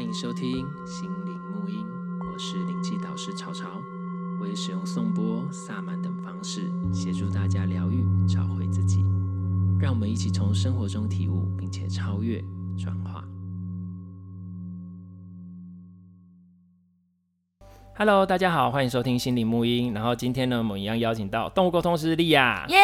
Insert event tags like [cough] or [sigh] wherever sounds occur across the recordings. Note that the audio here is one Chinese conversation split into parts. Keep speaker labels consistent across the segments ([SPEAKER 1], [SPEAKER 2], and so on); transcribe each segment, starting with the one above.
[SPEAKER 1] 迎收听心灵沐音，我是灵气导师潮潮，我也使用颂钵、萨满等方式协助大家疗愈、找回自己。让我们一起从生活中体悟，并且超越、转化。Hello，大家好，欢迎收听心灵沐音。然后今天呢，我们一样邀请到动物沟通师莉亚。
[SPEAKER 2] 耶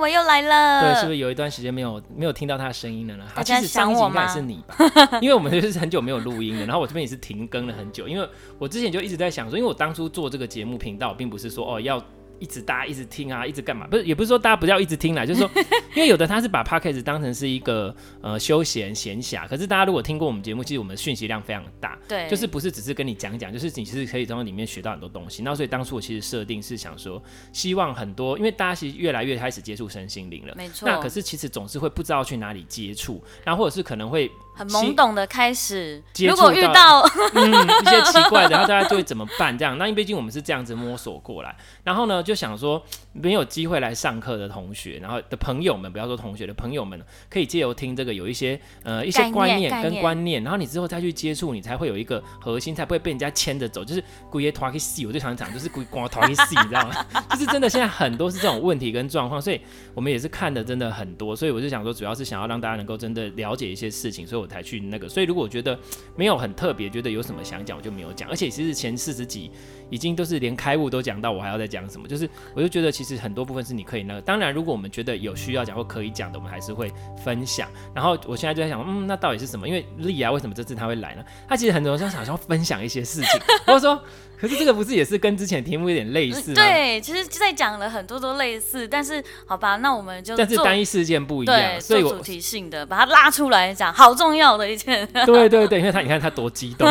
[SPEAKER 2] 我又来了。
[SPEAKER 1] 对，是不是有一段时间没有没有听到他的声音了呢？他
[SPEAKER 2] 呃大
[SPEAKER 1] 其
[SPEAKER 2] 家
[SPEAKER 1] 实上一集
[SPEAKER 2] 想我
[SPEAKER 1] 应该也
[SPEAKER 2] 吗
[SPEAKER 1] 是你吧，
[SPEAKER 2] [laughs]
[SPEAKER 1] 因为我们就是很久没有录音了，然后我这边也是停更了很久，因为我之前就一直在想说，因为我当初做这个节目频道，并不是说哦要。一直大家一直听啊，一直干嘛？不是，也不是说大家不要一直听啦，
[SPEAKER 2] [laughs]
[SPEAKER 1] 就是说，因为有的他是把 podcast 当成是一个呃休闲闲暇，可是大家如果听过我们节目，其实我们讯息量非常大，
[SPEAKER 2] 对，
[SPEAKER 1] 就是不是只是跟你讲讲，就是你其实可以从里面学到很多东西。那所以当初我其实设定是想说，希望很多，因为大家其实越来越开始接触身心灵了，
[SPEAKER 2] 没错
[SPEAKER 1] 那可是其实总是会不知道去哪里接触，然后或者是可能会
[SPEAKER 2] 很懵懂的开始。
[SPEAKER 1] 接
[SPEAKER 2] 如
[SPEAKER 1] 触到
[SPEAKER 2] 果遇 [laughs] 到
[SPEAKER 1] 嗯一些奇怪的，然后大家就会怎么办这样？ [laughs] 那因为毕竟我们是这样子摸索过来，然后呢就想说没有机会来上课的同学，然后的朋友们，不要说同学的朋友们，可以借由听这个有一些呃一些
[SPEAKER 2] 概念
[SPEAKER 1] 观念
[SPEAKER 2] 概
[SPEAKER 1] 跟
[SPEAKER 2] 念
[SPEAKER 1] 观念，然后你之后再去接触，你才会有一个核心，才不会被人家牵着走。就是故意团去戏，我就常讲就是故意光团去戏，你知道吗？ [laughs] 就是真的现在很多是这种问题跟状况，所以我们也是看的真的很多，所以我就想说，主要是想要让大家能够真的了解一些事情，所以我才去那个。所以如果我觉得没有很特别，觉得有什么想讲，我就没有讲。而且其实前四十集已经都是连开悟都讲到，我还要再讲什么？就是我就觉得其实很多部分是你可以那个。当然，如果我们觉得有需要讲或可以讲的，我们还是会分享。然后我现在就在想，嗯，那到底是什么？因为莉亚为什么这次她会来呢？她其实很多时候想要分享一些事情，我说，可是这个不是也是跟之前题目有点类似吗？
[SPEAKER 2] 对，其实在讲了很多都类似，但是好吧，那我们就
[SPEAKER 1] 但是
[SPEAKER 2] 做
[SPEAKER 1] 单一事件不一
[SPEAKER 2] 对
[SPEAKER 1] 样，所以
[SPEAKER 2] 做
[SPEAKER 1] 我
[SPEAKER 2] 主题性的，把它拉出来讲，好重要的一件。
[SPEAKER 1] [laughs] 对对对，因为他你看他多激动。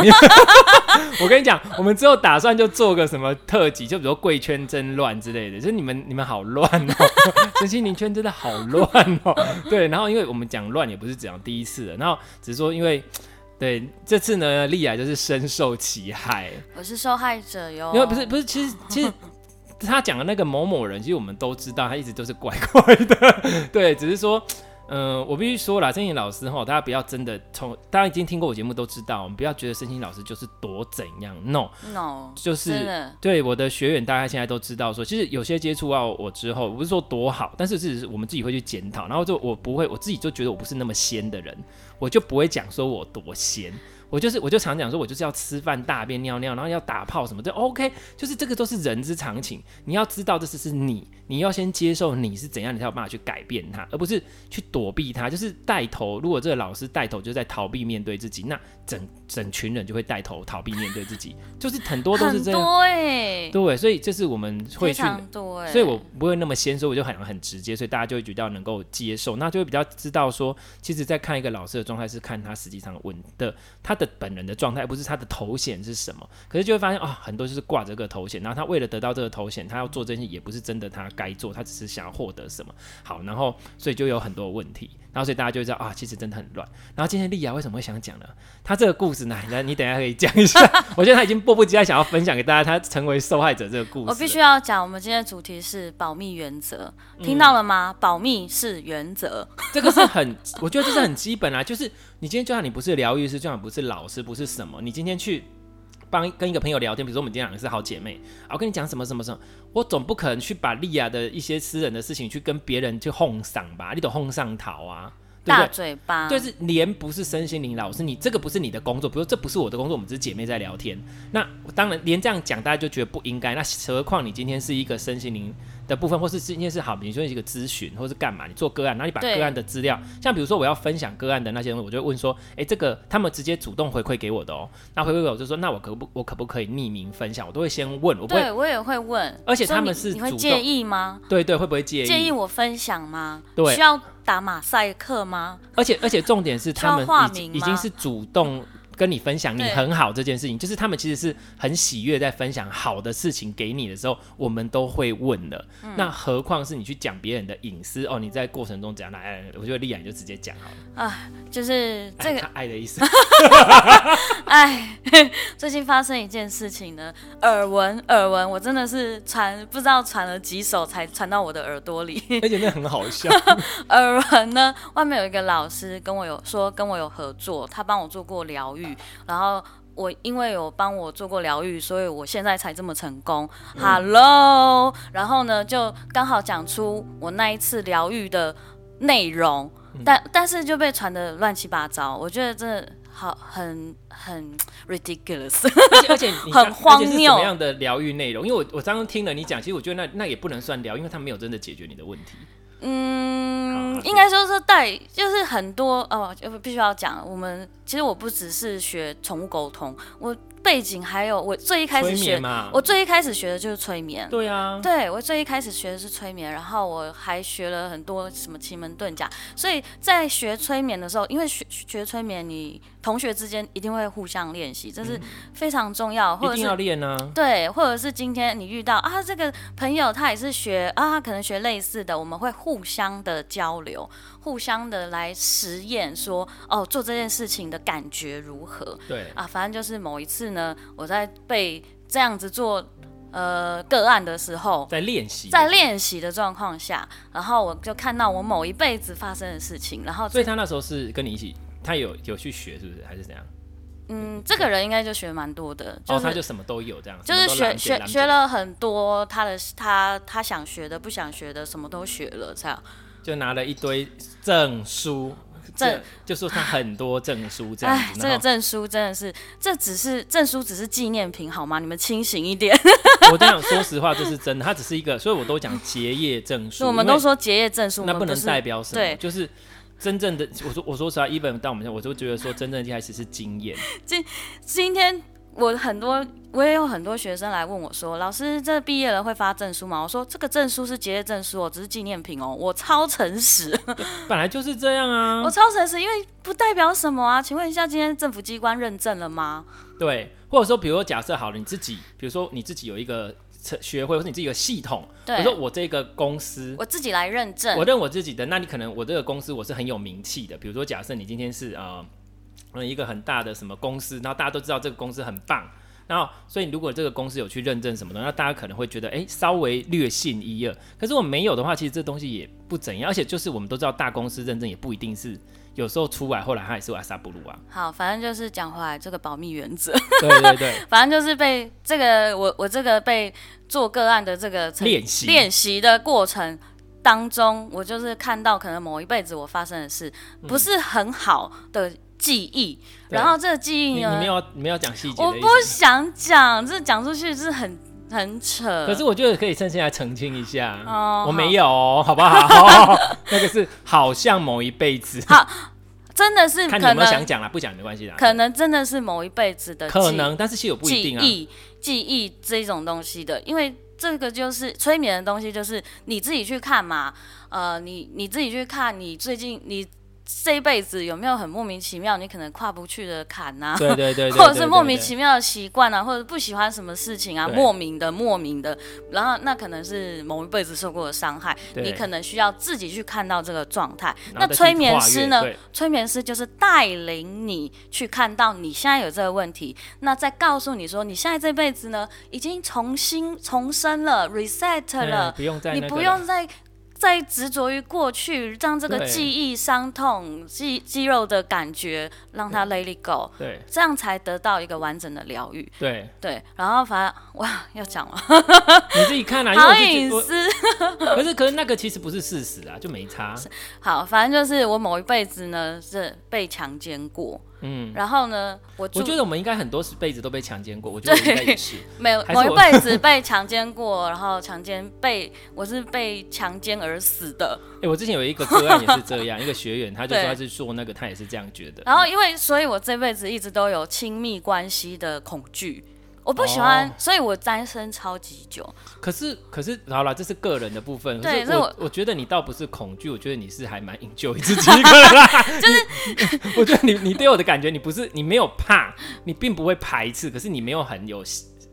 [SPEAKER 1] 我跟你讲，我们之后打算就做个什么特辑，就比如说贵圈真乱之类的，就是你们你们好乱哦，陈心灵圈真的好乱哦。对，然后因为我们讲乱也不是讲第一次了，然后只是说因为。对，这次呢，莉亚就是深受其害，
[SPEAKER 2] 我是受害者哟。
[SPEAKER 1] 因为不是不是，其实其实他讲的那个某某人，其实我们都知道，他一直都是怪怪的， [laughs] 对，只是说。嗯、我必须说啦，森颖老师哈，大家不要真的从大家已经听过我节目都知道，我们不要觉得森颖老师就是多怎样，no，
[SPEAKER 2] ，no，
[SPEAKER 1] 就是
[SPEAKER 2] 真的
[SPEAKER 1] 对我的学员，大家现在都知道说，其实有些接触到我之后，不是说多好，但是只是我们自己会去检讨，然后就我不会，我自己就觉得我不是那么仙的人，我就不会讲说我多仙。我就是，我就常讲说，我就是要吃饭、大便、尿尿，然后要打炮什么的，OK，就是这个都是人之常情。你要知道，这是是你，你要先接受你是怎样，你才有办法去改变它，而不是去躲避它。就是带头，如果这个老师带头就是在逃避面对自己，那整整群人就会带头逃避面对自己，就是很多都是
[SPEAKER 2] 很
[SPEAKER 1] 这样。啊
[SPEAKER 2] 多哎，
[SPEAKER 1] 对，所以这是我们会
[SPEAKER 2] 非
[SPEAKER 1] 去，
[SPEAKER 2] 常多哎。
[SPEAKER 1] 所以我不会那么先说，我就很很直接，所以大家就会比较能够接受，那就会比较知道说，其实在看一个老师的状态是看他实际上的稳的他的本人的状态，不是他的头衔是什么。可是就会发现啊、很多就是挂着这个头衔，然后他为了得到这个头衔，他要做这些也不是真的他该做，他只是想要获得什么。好，然后所以就有很多问题，然后所以大家就会知道啊，其实真的很乱。然后今天莉亚为什么会想讲呢？她这个故事呢，那你等一下可以讲一下。 [laughs] 我觉得她已经迫不及待想要分享给大家，她成为受害者这个故事。
[SPEAKER 2] 我必须要讲，我们今天的主题是保密原则，
[SPEAKER 1] 嗯
[SPEAKER 2] 听到了吗？保密是原则，
[SPEAKER 1] 这个是很，我觉得这是很基本啊。就是你今天就算你不是疗愈师，就算你不是老师，不是什么，你今天去帮跟一个朋友聊天，比如说我们今天两个是好姐妹，啊，我跟你讲什么什么什么，我总不可能去把莉亚的一些私人的事情去跟别人去哄上吧，你懂哄上逃啊，对不
[SPEAKER 2] 大
[SPEAKER 1] 对？
[SPEAKER 2] 嘴巴。
[SPEAKER 1] 就是连不是身心灵老师，你这个不是你的工作，比如说这不是我的工作，我们只是姐妹在聊天。那当然连这样讲，大家就觉得不应该。那何况你今天是一个身心灵的部分，或是今天是好，你说一个咨询，或是干嘛，你做个案，然后你把
[SPEAKER 2] 对
[SPEAKER 1] 个案的资料，像比如说我要分享个案的那些东西，我就会问说，诶，这个他们直接主动回馈给我的哦、那回馈给我就说，那我可不我可不可以匿名分享？我都会先问，我不会
[SPEAKER 2] 对我也会问，
[SPEAKER 1] 而且
[SPEAKER 2] 说
[SPEAKER 1] 他们
[SPEAKER 2] 你
[SPEAKER 1] 是
[SPEAKER 2] 你会
[SPEAKER 1] 主
[SPEAKER 2] 介
[SPEAKER 1] 动
[SPEAKER 2] 意吗？
[SPEAKER 1] 对对会不会介意？
[SPEAKER 2] 建议我分享吗？
[SPEAKER 1] 对
[SPEAKER 2] 需要打马赛克吗？
[SPEAKER 1] 而且而且重点是他们
[SPEAKER 2] 需要化
[SPEAKER 1] 已经
[SPEAKER 2] 名吗
[SPEAKER 1] 已经是主动跟你分享你
[SPEAKER 2] 对
[SPEAKER 1] 很好这件事情，就是他们其实是很喜悦在分享好的事情给你的时候，我们都会问的。
[SPEAKER 2] 嗯
[SPEAKER 1] 那何况是你去讲别人的隐私哦？你在过程中怎样来？哎我觉得丽雅你就直接讲好了，
[SPEAKER 2] 啊，就是这
[SPEAKER 1] 哎 [laughs]
[SPEAKER 2] 个，
[SPEAKER 1] 她爱的意思。
[SPEAKER 2] 哎， [laughs] 最近发生一件事情呢，耳闻耳闻，我真的是传不知道传了几首才传到我的耳朵里。
[SPEAKER 1] 而且那很好
[SPEAKER 2] [laughs]
[SPEAKER 1] 笑，
[SPEAKER 2] 耳闻呢，外面有一个老师跟我有说跟我有合作，他帮我做过疗愈，然后。我因为有帮我做过疗愈，所以我现在才这么成功。Hello，然后呢，就刚好讲出我那一次疗愈的内容，但但是就被传的乱七八糟。我觉得真的好很很 ridiculous，
[SPEAKER 1] 而且而且你
[SPEAKER 2] 很
[SPEAKER 1] 刚
[SPEAKER 2] 荒
[SPEAKER 1] 而且是
[SPEAKER 2] 谬
[SPEAKER 1] 什么样的疗愈内容？因为我我刚刚听了你讲，其实我觉得那那也不能算疗，因为他没有真的解决你的问题。
[SPEAKER 2] 嗯
[SPEAKER 1] 好，啊
[SPEAKER 2] 应该说是带，就是很多哦，呃必须要讲，我们其实我不只是学宠物沟通，我背景还有我最一开始
[SPEAKER 1] 催
[SPEAKER 2] 学
[SPEAKER 1] 眠，嘛，
[SPEAKER 2] 我最一开始学的就是催眠。
[SPEAKER 1] 对啊，
[SPEAKER 2] 对，我最一开始学的是催眠，然后我还学了很多什么奇门遁甲，所以在学催眠的时候，因为学学催眠，你同学之间一定会互相练习，这是非常重要，
[SPEAKER 1] 嗯
[SPEAKER 2] 或
[SPEAKER 1] 一
[SPEAKER 2] 者
[SPEAKER 1] 定
[SPEAKER 2] 是
[SPEAKER 1] 要练啊。
[SPEAKER 2] 对，或者是今天你遇到啊，这个朋友他也是学啊，他可能学类似的，我们会互相的交流，互相的来实验说，哦，做这件事情的感觉如何
[SPEAKER 1] 对，
[SPEAKER 2] 啊？反正就是某一次呢，我在被这样子做呃个案的时候，
[SPEAKER 1] 在练习，
[SPEAKER 2] 在练习的状况下，然后我就看到我某一辈子发生的事情，然后
[SPEAKER 1] 啊所以他那时候是跟你一起，他有有去学是不是？还是怎样？
[SPEAKER 2] 嗯，这个人应该就学蛮多的，就
[SPEAKER 1] 哦，
[SPEAKER 2] 是、
[SPEAKER 1] 他就什么都有这样，
[SPEAKER 2] 就是
[SPEAKER 1] 什么
[SPEAKER 2] 学
[SPEAKER 1] 都
[SPEAKER 2] 学
[SPEAKER 1] 拦截
[SPEAKER 2] 学，了很多他的他他想学的不想学的什么都学了这样。
[SPEAKER 1] 拦截就拿了一堆证书，
[SPEAKER 2] 证
[SPEAKER 1] 这就说他很多证书这样
[SPEAKER 2] 哎，
[SPEAKER 1] 子。
[SPEAKER 2] 这
[SPEAKER 1] 然
[SPEAKER 2] 个
[SPEAKER 1] 后
[SPEAKER 2] 证书真的是，这只是证书只是纪念品好吗？你们清醒一点。
[SPEAKER 1] 我这样说实话，这是真的，它只是一个，所以我都讲结业证
[SPEAKER 2] 所
[SPEAKER 1] 书。
[SPEAKER 2] [laughs] 以我们
[SPEAKER 1] 因为
[SPEAKER 2] 都说结业证书，我
[SPEAKER 1] 那
[SPEAKER 2] 们
[SPEAKER 1] 不能
[SPEAKER 2] 是
[SPEAKER 1] 代表什么，
[SPEAKER 2] 对
[SPEAKER 1] 就是真正的。我说我说实话，even 到我们现在，我就觉得说真正的开始是经验。
[SPEAKER 2] 今天我很多，我也有很多学生来问我说：“老师，这毕业了会发证书吗？”我说：“这个证书是结业证书哦，只是纪念品哦。”我超
[SPEAKER 1] [laughs]
[SPEAKER 2] 诚实，
[SPEAKER 1] 本来就是这样
[SPEAKER 2] 我
[SPEAKER 1] 啊，
[SPEAKER 2] 超诚实，因为不代表什么啊。请问一下，今天政府机关认证了吗？
[SPEAKER 1] 对，或者说，比如说假设好了，你自己，比如说你自己有一个成学会，或者你自己有个系统，
[SPEAKER 2] 对
[SPEAKER 1] 我说我这个公司。
[SPEAKER 2] 我自己来认证
[SPEAKER 1] 我。认我自己的，那你可能我这个公司我是很有名气的，比如说假设你今天是呃呃一个很大的什么公司，然后大家都知道这个公司很棒，然后所以如果这个公司有去认证什么的，那大家可能会觉得哎、诶稍微略信一二。可是我没有的话，其实这东西也不怎样，而且就是我们都知道大公司认证也不一定是。有时候出来，后来他也是阿萨布鲁啊，
[SPEAKER 2] 好，反正就是讲回来这个保密原则， [laughs]
[SPEAKER 1] 对对对，
[SPEAKER 2] 反正就是被这个我我这个被做个案的这个成
[SPEAKER 1] 练习
[SPEAKER 2] 练习的过程当中，我就是看到可能某一辈子我发生的事不是很好的记忆，
[SPEAKER 1] 嗯对啊
[SPEAKER 2] 然后这个记
[SPEAKER 1] 你
[SPEAKER 2] 忆
[SPEAKER 1] 你没
[SPEAKER 2] 呢，
[SPEAKER 1] 有你没有讲细节
[SPEAKER 2] 我
[SPEAKER 1] 的意
[SPEAKER 2] 不
[SPEAKER 1] 思，
[SPEAKER 2] 想讲，这讲出去是很很扯。
[SPEAKER 1] 可是我觉得可以趁现在澄清一下，
[SPEAKER 2] 哦
[SPEAKER 1] 我
[SPEAKER 2] 好
[SPEAKER 1] 没有哦，好不好？ [laughs] 那个是好像某一辈子，
[SPEAKER 2] 真的是
[SPEAKER 1] 看你有
[SPEAKER 2] 嗯可
[SPEAKER 1] 没有想
[SPEAKER 2] 能
[SPEAKER 1] 讲啦，不讲也没关系啦。
[SPEAKER 2] 可能真的是某一辈子的
[SPEAKER 1] 可
[SPEAKER 2] 记
[SPEAKER 1] 能，但是其实也不一
[SPEAKER 2] 记
[SPEAKER 1] 定啊。
[SPEAKER 2] 忆、记忆这种东西的，因为这个就是催眠的东西，就是你自己去看嘛，呃，你你自己去看，你最近你这一辈子有没有很莫名其妙，你可能跨不去的坎呐、
[SPEAKER 1] 对对
[SPEAKER 2] [laughs]
[SPEAKER 1] 对对，
[SPEAKER 2] 啊或者是莫名
[SPEAKER 1] 妙。
[SPEAKER 2] 其妙的习惯啊，或者不喜欢什么事情啊，
[SPEAKER 1] 对
[SPEAKER 2] 莫名的莫名的，然后那可能是某一辈子受过的伤害，
[SPEAKER 1] 对
[SPEAKER 2] 你可能需要自己去看到这个状态。
[SPEAKER 1] 然
[SPEAKER 2] 那
[SPEAKER 1] 后再去
[SPEAKER 2] 催眠师呢
[SPEAKER 1] 跨越对？
[SPEAKER 2] 催眠师就是带领你去看到你现在有这个问题，那再告诉你说，你现在这辈子呢已经重新重生了，reset
[SPEAKER 1] 嗯
[SPEAKER 2] 了，
[SPEAKER 1] [laughs] 不用再
[SPEAKER 2] 你
[SPEAKER 1] 那个
[SPEAKER 2] 不
[SPEAKER 1] 了
[SPEAKER 2] 用再。再执着于过去，让这个
[SPEAKER 1] 对
[SPEAKER 2] 记忆、伤痛、肌肌肉的感觉，让它 let it go，
[SPEAKER 1] 对
[SPEAKER 2] 这样才得到一个完整的疗愈。
[SPEAKER 1] 对，
[SPEAKER 2] 对，然后反正哇，要讲了，
[SPEAKER 1] 你自己看啊
[SPEAKER 2] [laughs]
[SPEAKER 1] 啦。因
[SPEAKER 2] 好
[SPEAKER 1] 为
[SPEAKER 2] 隐
[SPEAKER 1] 哎我自己
[SPEAKER 2] 私。
[SPEAKER 1] 我可是可是那个其实不是事实啊，就没差。
[SPEAKER 2] 好，反正就是我某一辈子呢是被强奸过，
[SPEAKER 1] 嗯，
[SPEAKER 2] 然后呢，我住
[SPEAKER 1] 我觉得我们应该很多辈子都被强奸过，我觉得我应该也是。
[SPEAKER 2] 没
[SPEAKER 1] 还是
[SPEAKER 2] 某一
[SPEAKER 1] 我
[SPEAKER 2] 辈
[SPEAKER 1] [laughs]
[SPEAKER 2] 子被强奸过，然后强奸被我是被强奸而死的，
[SPEAKER 1] 哎，我之前有一个个案也是这
[SPEAKER 2] [laughs]
[SPEAKER 1] 样，一个学员他就说
[SPEAKER 2] 对
[SPEAKER 1] 他是做那个，他也是这样觉得。
[SPEAKER 2] 然后因为所以，我这辈子一直都有亲密关系的恐惧。我不喜欢，
[SPEAKER 1] 哦
[SPEAKER 2] 所以我单身超级久。
[SPEAKER 1] 可是可是好了，这是个人的部分。可
[SPEAKER 2] 对
[SPEAKER 1] 是
[SPEAKER 2] 所以
[SPEAKER 1] 我我觉得你倒不是恐惧，我觉得你是还蛮 enjoy 自己一个人
[SPEAKER 2] [laughs]
[SPEAKER 1] 啦。就是 [laughs] 我觉得你你对我的感觉，你不是你没有怕，你并不会排斥，可是你没有很有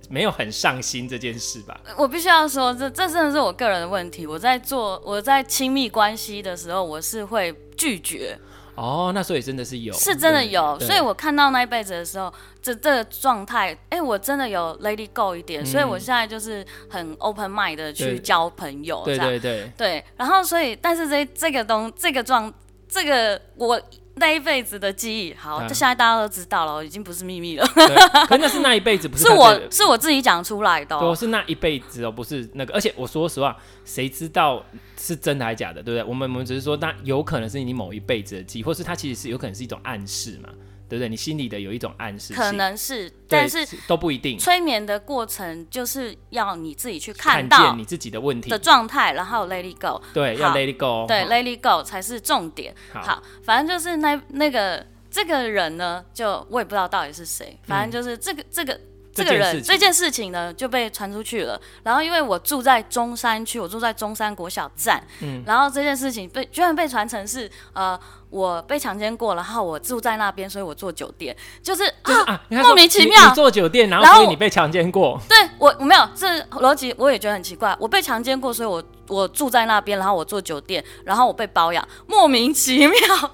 [SPEAKER 1] 没有很上心这件事吧？
[SPEAKER 2] 我必须要说，这这真的是我个人的问题。我在做我在亲密关系的时候，我是会拒绝，
[SPEAKER 1] 哦，那所以真的是有，
[SPEAKER 2] 是真的
[SPEAKER 1] 对
[SPEAKER 2] 有。
[SPEAKER 1] 对
[SPEAKER 2] 所以我看到那一辈子的时候，这这个状态，哎、我真的有 Lady Go 一点，所以我现在就是很 open mind 的
[SPEAKER 1] 嗯
[SPEAKER 2] 去
[SPEAKER 1] 对
[SPEAKER 2] 交朋友，这
[SPEAKER 1] 对
[SPEAKER 2] 样。
[SPEAKER 1] 对对，
[SPEAKER 2] 对，然后所以，但是这这个东这个状这个我那一辈子的记忆，好，
[SPEAKER 1] 嗯
[SPEAKER 2] 这现在大家都知道了，已经不是秘密了，
[SPEAKER 1] 对可是那是那一辈子，不是
[SPEAKER 2] 是
[SPEAKER 1] 他
[SPEAKER 2] 我
[SPEAKER 1] 这
[SPEAKER 2] 是我自己讲出来的、
[SPEAKER 1] 对，我
[SPEAKER 2] 哦。
[SPEAKER 1] 是那一辈子哦，不是那个。而且我说实话，谁知道是真的还是假的，对不对？我们我们只是说，那有可能是你某一辈子的记忆，或是它其实是有可能是一种暗示嘛，对不对？你心里的有一种暗示性，
[SPEAKER 2] 可能是，
[SPEAKER 1] 对
[SPEAKER 2] 但是
[SPEAKER 1] 都不一定
[SPEAKER 2] 催眠的过程就是要你自己去
[SPEAKER 1] 看
[SPEAKER 2] 到
[SPEAKER 1] 见你自己的问题
[SPEAKER 2] 的，状态，然后 let it go，
[SPEAKER 1] 对，要
[SPEAKER 2] 好
[SPEAKER 1] let it go 哦。
[SPEAKER 2] 对，let it go 才是重点。
[SPEAKER 1] 好，
[SPEAKER 2] 好，反正就是那那个这个人呢，就我也不知道到底是谁，反正就是这个、这个。
[SPEAKER 1] 这
[SPEAKER 2] 这个
[SPEAKER 1] 件
[SPEAKER 2] 人
[SPEAKER 1] 事情
[SPEAKER 2] 这件事情呢就被传出去了，然后因为我住在中山区，我住在中山国小站，
[SPEAKER 1] 嗯
[SPEAKER 2] 然后这件事情被居然被传成是呃我被强奸过，然后我住在那边，所以我做酒店，就是
[SPEAKER 1] 就是
[SPEAKER 2] 啊
[SPEAKER 1] 啊，你看说
[SPEAKER 2] 莫名其
[SPEAKER 1] 你
[SPEAKER 2] 妙
[SPEAKER 1] 你做酒店，然后
[SPEAKER 2] 然后
[SPEAKER 1] 所以你被强奸
[SPEAKER 2] [laughs]
[SPEAKER 1] 过，
[SPEAKER 2] 对我我没有这逻辑，我也觉得很奇怪。我被强奸过，所以我我住在那边，然后我做酒店，然后我被包养，莫名其妙，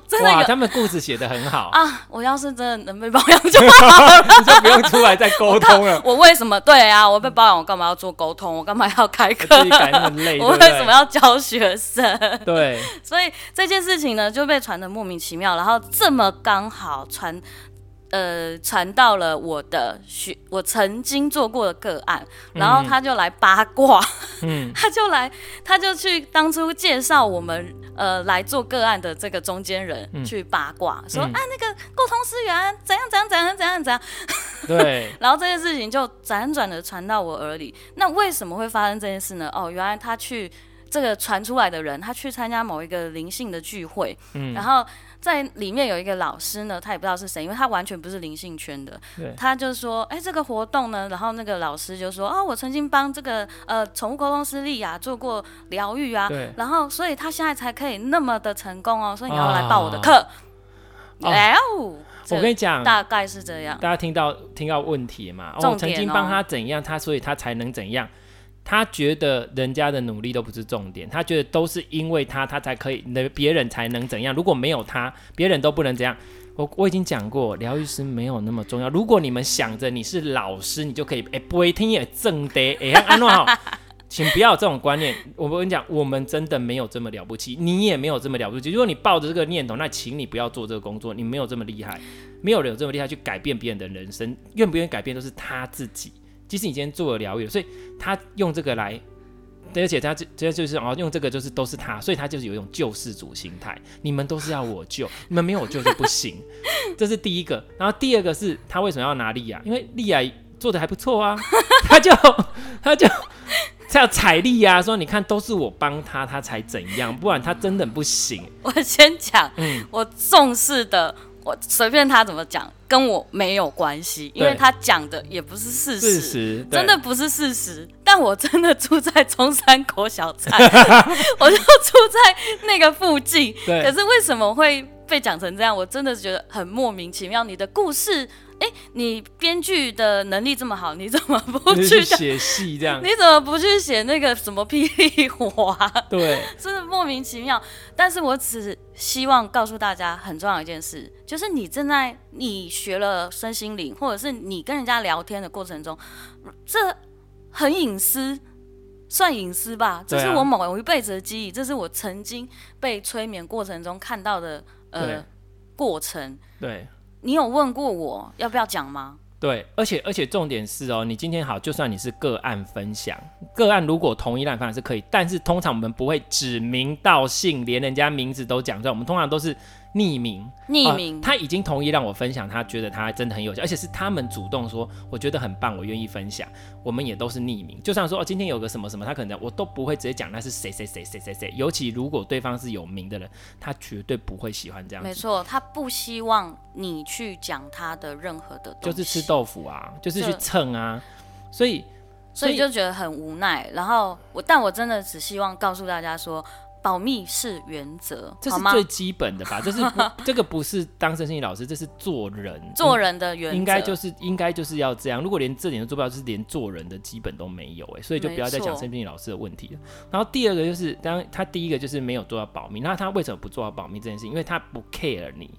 [SPEAKER 2] 真的
[SPEAKER 1] 哇，
[SPEAKER 2] 有
[SPEAKER 1] 他们故事写的很好，
[SPEAKER 2] [laughs] 啊！我要是真的能被包养就，
[SPEAKER 1] 你就不用出来再沟通了
[SPEAKER 2] [laughs] 我为什么对啊？我被包养，我干嘛要做沟通？我干嘛要开课 [laughs]
[SPEAKER 1] 自？己感觉很累，
[SPEAKER 2] 我为
[SPEAKER 1] 对不对
[SPEAKER 2] 什么要教学生？ [laughs]
[SPEAKER 1] 对，
[SPEAKER 2] 所以这件事情呢，就被传的莫名其妙，然后这么刚好传，呃，传到了我的学，我曾经做过的个案，然后他就来八卦， [laughs]
[SPEAKER 1] 嗯
[SPEAKER 2] 他就来，他就去当初介绍我们呃来做个案的这个中间人、
[SPEAKER 1] 嗯
[SPEAKER 2] 去八卦，说、
[SPEAKER 1] 嗯
[SPEAKER 2] 啊那个沟通师员怎样怎样怎样怎样怎样，
[SPEAKER 1] 对，
[SPEAKER 2] 然后这件事情就辗转的传到我耳里。那为什么会发生这件事呢？哦，原来他去这个传出来的人，他去参加某一个灵性的聚会，
[SPEAKER 1] 嗯
[SPEAKER 2] 然后在里面有一个老师呢，他也不知道是谁，因为他完全不是灵性圈的
[SPEAKER 1] 对，
[SPEAKER 2] 他就说，哎，这个活动呢，然后那个老师就说，哦，我曾经帮这个呃宠物沟通师丽雅做过疗愈啊，
[SPEAKER 1] 对，
[SPEAKER 2] 然后所以他现在才可以那么的成功哦，所以你要来
[SPEAKER 1] 啊
[SPEAKER 2] 报我的课，
[SPEAKER 1] 哦
[SPEAKER 2] 哎呦，
[SPEAKER 1] 我
[SPEAKER 2] [laughs] 这
[SPEAKER 1] 跟你讲，
[SPEAKER 2] 大概是这样。
[SPEAKER 1] 大家听到听到问题嘛？
[SPEAKER 2] 重
[SPEAKER 1] 哦，曾
[SPEAKER 2] 点
[SPEAKER 1] 经
[SPEAKER 2] 哦
[SPEAKER 1] 帮他怎样，他所以他才能怎样。他觉得人家的努力都不是重点，他觉得都是因为他，他才可以，那别人才能怎样。如果没有他，别人都不能怎样。我我已经讲过，疗愈师没有那么重要。如果你们想着你是老师，你就可以，哎、不会听也正得，哎、安诺好。 [laughs] 请不要有这种观念。我跟你讲，我们真的没有这么了不起，你也没有这么了不起。如果你抱着这个念头，那请你不要做这个工作，你没有这么厉害，没有人有这么厉害去改变别人的人生，愿不愿意改变都是他自己。即使你今天做了疗愈，所以他用这个来。对而且他这这就是哦，用这个就是都是他，所以他就是有一种救世主心态。你们都是要我救，你们没有我救就不行，这是第一个。然后第二个是他为什么要拿利亚？因为利亚做的还不错啊， [laughs] 他就他就他要踩力呀、说你看都是我帮他，他才怎样，不然他真的不行。
[SPEAKER 2] 我先讲，
[SPEAKER 1] 嗯
[SPEAKER 2] 我重视的，我随便他怎么讲，跟我没有关系，因为
[SPEAKER 1] 对
[SPEAKER 2] 他讲的也不是事实。
[SPEAKER 1] 事实对
[SPEAKER 2] 真的不是事实，但我真的住在中山国小
[SPEAKER 1] [laughs]
[SPEAKER 2] 站，我就住在那个附近。
[SPEAKER 1] 对
[SPEAKER 2] 可是为什么会被讲成这样？我真的觉得很莫名其妙。你的故事，哎、你编剧的能力这么好，你怎么不
[SPEAKER 1] 就是
[SPEAKER 2] 去
[SPEAKER 1] 去
[SPEAKER 2] 讲？
[SPEAKER 1] 写戏这样，
[SPEAKER 2] 你怎么不去写那个什么霹雳火啊？ [laughs]
[SPEAKER 1] 对
[SPEAKER 2] 真的莫名其妙。但是我只希望告诉大家很重要的一件事，就是你正在你学了身心灵，或者是你跟人家聊天的过程中，这很隐私。算隐私吧，这
[SPEAKER 1] 对啊
[SPEAKER 2] 是我某一辈子的记忆，这是我曾经被催眠过程中看到的
[SPEAKER 1] 对
[SPEAKER 2] 呃过程。
[SPEAKER 1] 对
[SPEAKER 2] 你有问过我要不要讲吗？
[SPEAKER 1] 对，而且而且重点是哦，你今天好，就算你是个案分享，个案如果同意烂方是可以，但是通常我们不会指名道姓，连人家名字都讲出来，我们通常都是匿名。
[SPEAKER 2] 匿名，
[SPEAKER 1] 呃他已经同意让我分享，他觉得他真的很有效，而且是他们主动说，我觉得很棒，我愿意分享。我们也都是匿名，就像说哦，今天有个什么什么，他可能我都不会直接讲那是谁谁谁谁谁谁。尤其如果对方是有名的人，他绝对不会喜欢这样
[SPEAKER 2] 没
[SPEAKER 1] 子，
[SPEAKER 2] 错，他不希望你去讲他的任何的东
[SPEAKER 1] 就是
[SPEAKER 2] 西，
[SPEAKER 1] 吃豆腐啊，就是去
[SPEAKER 2] 这
[SPEAKER 1] 蹭啊，所以
[SPEAKER 2] 所以就觉得很无奈。然后我，但我真的只希望告诉大家说，保密是原则，
[SPEAKER 1] 这
[SPEAKER 2] 好
[SPEAKER 1] 是
[SPEAKER 2] 吗
[SPEAKER 1] 最？基本的
[SPEAKER 2] [laughs]
[SPEAKER 1] 吧，这是不这个不是当身心理老师，这是做人
[SPEAKER 2] 做人的原则
[SPEAKER 1] 应该就是应该就是要这样。如果连这点都做不到，就是连做人的基本都没有哎，所以就不要再
[SPEAKER 2] 没错
[SPEAKER 1] 讲生病老师的问题了。然后第二个就是，当他第一个就是没有做到保密，那他为什么不做到保密这件事？因为他不 care 你，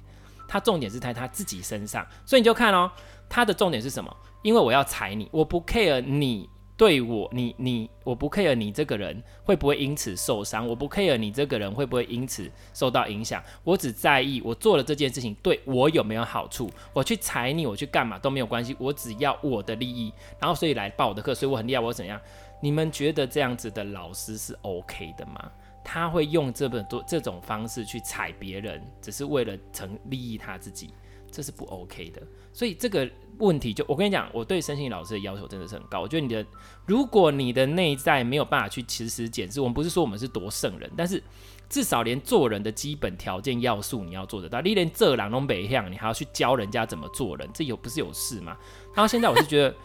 [SPEAKER 1] 他重点是在他自己身上，所以你就看哦，他的重点是什么？因为我要踩你，我不 care 你对我，你你，我不 care 你这个人会不会因此受伤，我不 care 你这个人会不会因此受到影响，我只在意我做了这件事情对我有没有好处，我去踩你，我去干嘛都没有关系，我只要我的利益，然后所以来报我的课，所以我很厉害，我怎样？你们觉得这样子的老师是 OK 的吗？他会用这么多这种方式去踩别人，只是为了成利益他自己，这是不 OK 的。所以这个问题就我跟你讲，我对身心老师的要求真的是很高。我觉得你的，如果你的内在没有办法去其实检视，我们不是说我们是多圣人，但是至少连做人的基本条件要素你要做得到。你连这两东北向，你还要去教人家怎么做人，这有不是有事吗？然后现在我是觉得，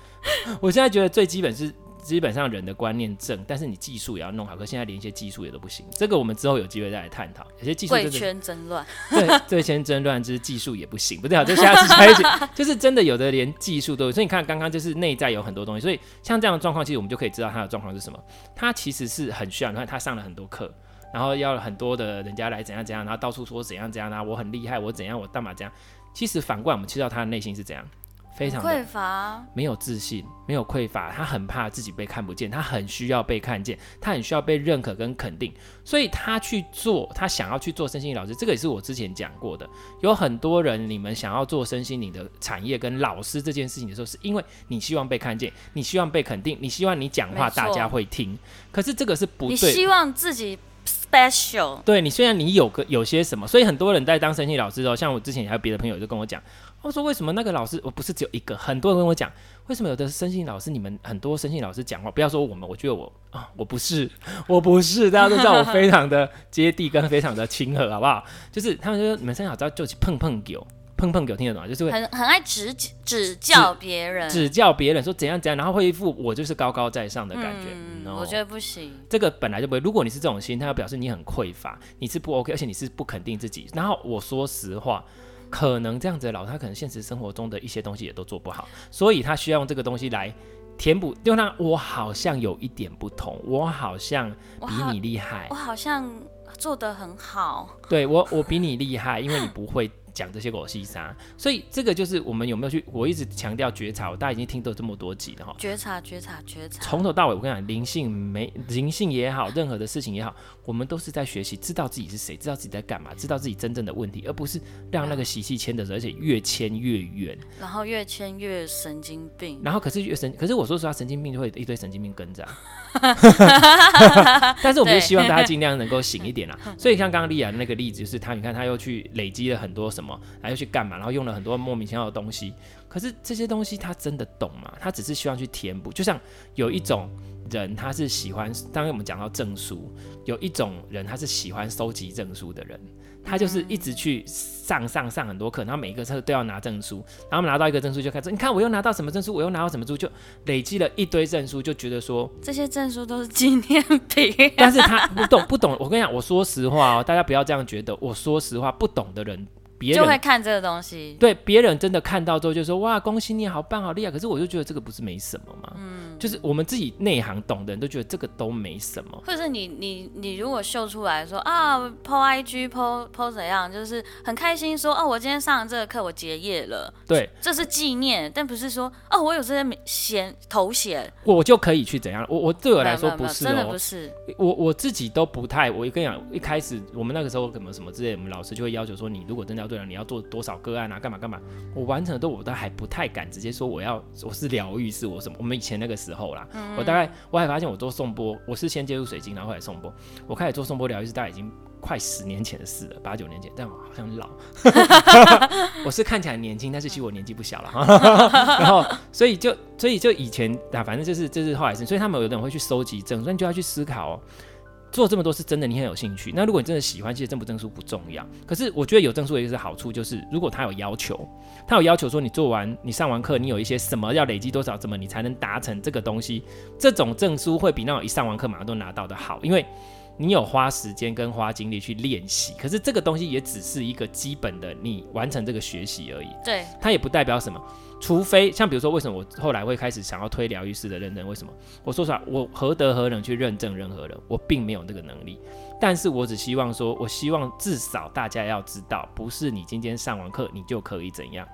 [SPEAKER 1] 我现在觉得最基本是。基本上人的观念正，但是你技术也要弄好。可现在连一些技术也都不行，这个我们之后有机会再来探讨。有些技术
[SPEAKER 2] 贵
[SPEAKER 1] 真的
[SPEAKER 2] 圈真乱，
[SPEAKER 1] 对对先争乱之技术也不行，不对啊，就下次下一集就是真的有的连技术都有。所以你看刚刚就是内在有很多东西，所以像这样的状况，其实我们就可以知道他的状况是什么。他其实是很需要，你看他上了很多课，然后要很多的人家来怎样怎样，然后到处说怎样怎样，然后我很厉害，我怎样我干嘛怎样。其实反过来我们知道他的内心是怎样，非常的
[SPEAKER 2] 匮乏，
[SPEAKER 1] 没有自信，没有匮乏，他很怕自己被看不见，他很需要被看见，他很需要被认可跟肯定，所以他去做，他想要去做身心灵老师，这个也是我之前讲过的。有很多人，你们想要做身心灵的产业跟老师这件事情的时候，是因为你希望被看见，你希望被肯定，你希望你讲话
[SPEAKER 2] 没错
[SPEAKER 1] 大家会听，可是这个是不
[SPEAKER 2] 你
[SPEAKER 1] 对的
[SPEAKER 2] 希望自己 special，
[SPEAKER 1] 对你，虽然你有个有些什么，所以很多人在当生气老师的时候，像我之前还有别的朋友就跟我讲，我说为什么那个老师，我哦不是只有一个，很多人跟我讲，为什么有的生气老师，你们很多生气老师讲话，不要说我们，我觉得我啊，我不是，我不是，大家都知道我非常
[SPEAKER 2] [laughs]
[SPEAKER 1] 的接地跟非常的亲和，好不好？就是他们就说你们生气老师要就去碰碰狗，碰碰狗听得懂吗？就是会
[SPEAKER 2] 很很爱指指教别人，
[SPEAKER 1] 指教别人说怎样怎样，然后会一副我就是高高在上的感觉。
[SPEAKER 2] 嗯
[SPEAKER 1] No
[SPEAKER 2] 我觉得不行。
[SPEAKER 1] 这个本来就不会。如果你是这种心态，要表示你很匮乏，你是不 OK，而且你是不肯定自己。然后我说实话，可能这样子的老师他可能现实生活中的一些东西也都做不好，所以他需要用这个东西来填补。就那我好像有一点不同，我好像
[SPEAKER 2] 我
[SPEAKER 1] 比
[SPEAKER 2] 好
[SPEAKER 1] 你厉害
[SPEAKER 2] 我，好哦像做得很好，
[SPEAKER 1] 对我我比你厉害，因为你不会。讲这些狗西沙，所以这个就是我们有没有去？我一直强调觉察，我大家已经听到这么多集了哈。
[SPEAKER 2] 觉察觉察觉察，
[SPEAKER 1] 从头到尾，我跟你讲，灵性没灵性也好，任何的事情也好，我们都是在学习，知道自己是谁，知道自己在干嘛，知道自己真正的问题，而不是让那个习气牵着走，而且越牵越远。
[SPEAKER 2] 然后越牵越神经病。
[SPEAKER 1] 然后可是越神，可是我说实话，神经病就会有一堆神经病跟着啊。但是我们就
[SPEAKER 2] 对
[SPEAKER 1] 希望大家尽量能够醒一点啦。所以像刚刚丽雅那个例子，就是她，你看她又去累积了很多什么，然后又去干嘛，然后用了很多莫名其妙的东西。可是这些东西她真的懂吗？她只是希望去填补。就像有一种人，他是喜欢，当然我们讲到证书，有一种人他是喜欢收集证书的人，他就是一直去上上上很多课，然后每一个课都要拿证书，然后拿到一个证书就开始，你看我又拿到什么证书，我又拿到什么证书，就累积了一堆证书，就觉得说，
[SPEAKER 2] 这些证书都是纪念品，
[SPEAKER 1] 但是他不懂不懂，我跟你讲，我说实话哦，大家不要这样觉得，我说实话，不懂的人，别
[SPEAKER 2] 就会
[SPEAKER 1] 人。
[SPEAKER 2] 看这个东西。
[SPEAKER 1] 对别人真的看到之后就说哇恭喜你好棒好厉害，可是我就觉得这个不是没什么嘛，嗯，就是我们自己内行懂的人都觉得这个都没什么，
[SPEAKER 2] 或者是你你你如果秀出来说啊，PO IG PO PO 怎样，就是很开心说哦，我今天上了这个课，我结业了，
[SPEAKER 1] 对，
[SPEAKER 2] 这是纪念，但不是说哦，我有这些名衔头衔，
[SPEAKER 1] 我就可以去怎样，我我对我
[SPEAKER 2] 没
[SPEAKER 1] 来
[SPEAKER 2] 有没
[SPEAKER 1] 说
[SPEAKER 2] 有没
[SPEAKER 1] 不
[SPEAKER 2] 有，
[SPEAKER 1] 是
[SPEAKER 2] 真的
[SPEAKER 1] 哦
[SPEAKER 2] 不，是，
[SPEAKER 1] 我我自己都不太，我跟你讲，一开始我们那个时候什么什么之类，我们老师就会要求说，你如果真的要对了，你要做多少个案啊，干嘛干嘛。我完成的都我都还不太敢直接说我要我是疗愈是我什么，我们以前那个时候啦，我大概我还发现我做颂钵，我是先接触水晶，然后后来颂钵，我开始做颂钵疗愈是大概已经快十年前的事了，八九年前，但我好像老， [laughs] 我是看起来年轻，但是其实我年纪不小了哈。 [laughs] 然后，所以就所以就以前啊，反正就是就是后来是，所以他们有的人会去收集证，所以你就要去思考、哦。做这么多是真的，你很有兴趣。那如果你真的喜欢，其实证不证书不重要。可是我觉得有证书也是好处，就是如果他有要求，他有要求说你做完、你上完课，你有一些什么要累积多少，怎么你才能达成这个东西，这种证书会比那种一上完课马上都拿到的好，因为你有花时间跟花精力去练习。可是这个东西也只是一个基本的，你完成这个学习而已。
[SPEAKER 2] 对，
[SPEAKER 1] 它也不代表什么。除非像比如说，为什么我后来会开始想要推疗愈师的认证？为什么？我说实话，我何德何能去认证任何人？我并没有那个能力。但是我只希望说，我希望至少大家要知道，不是你今天上完课你就可以怎样。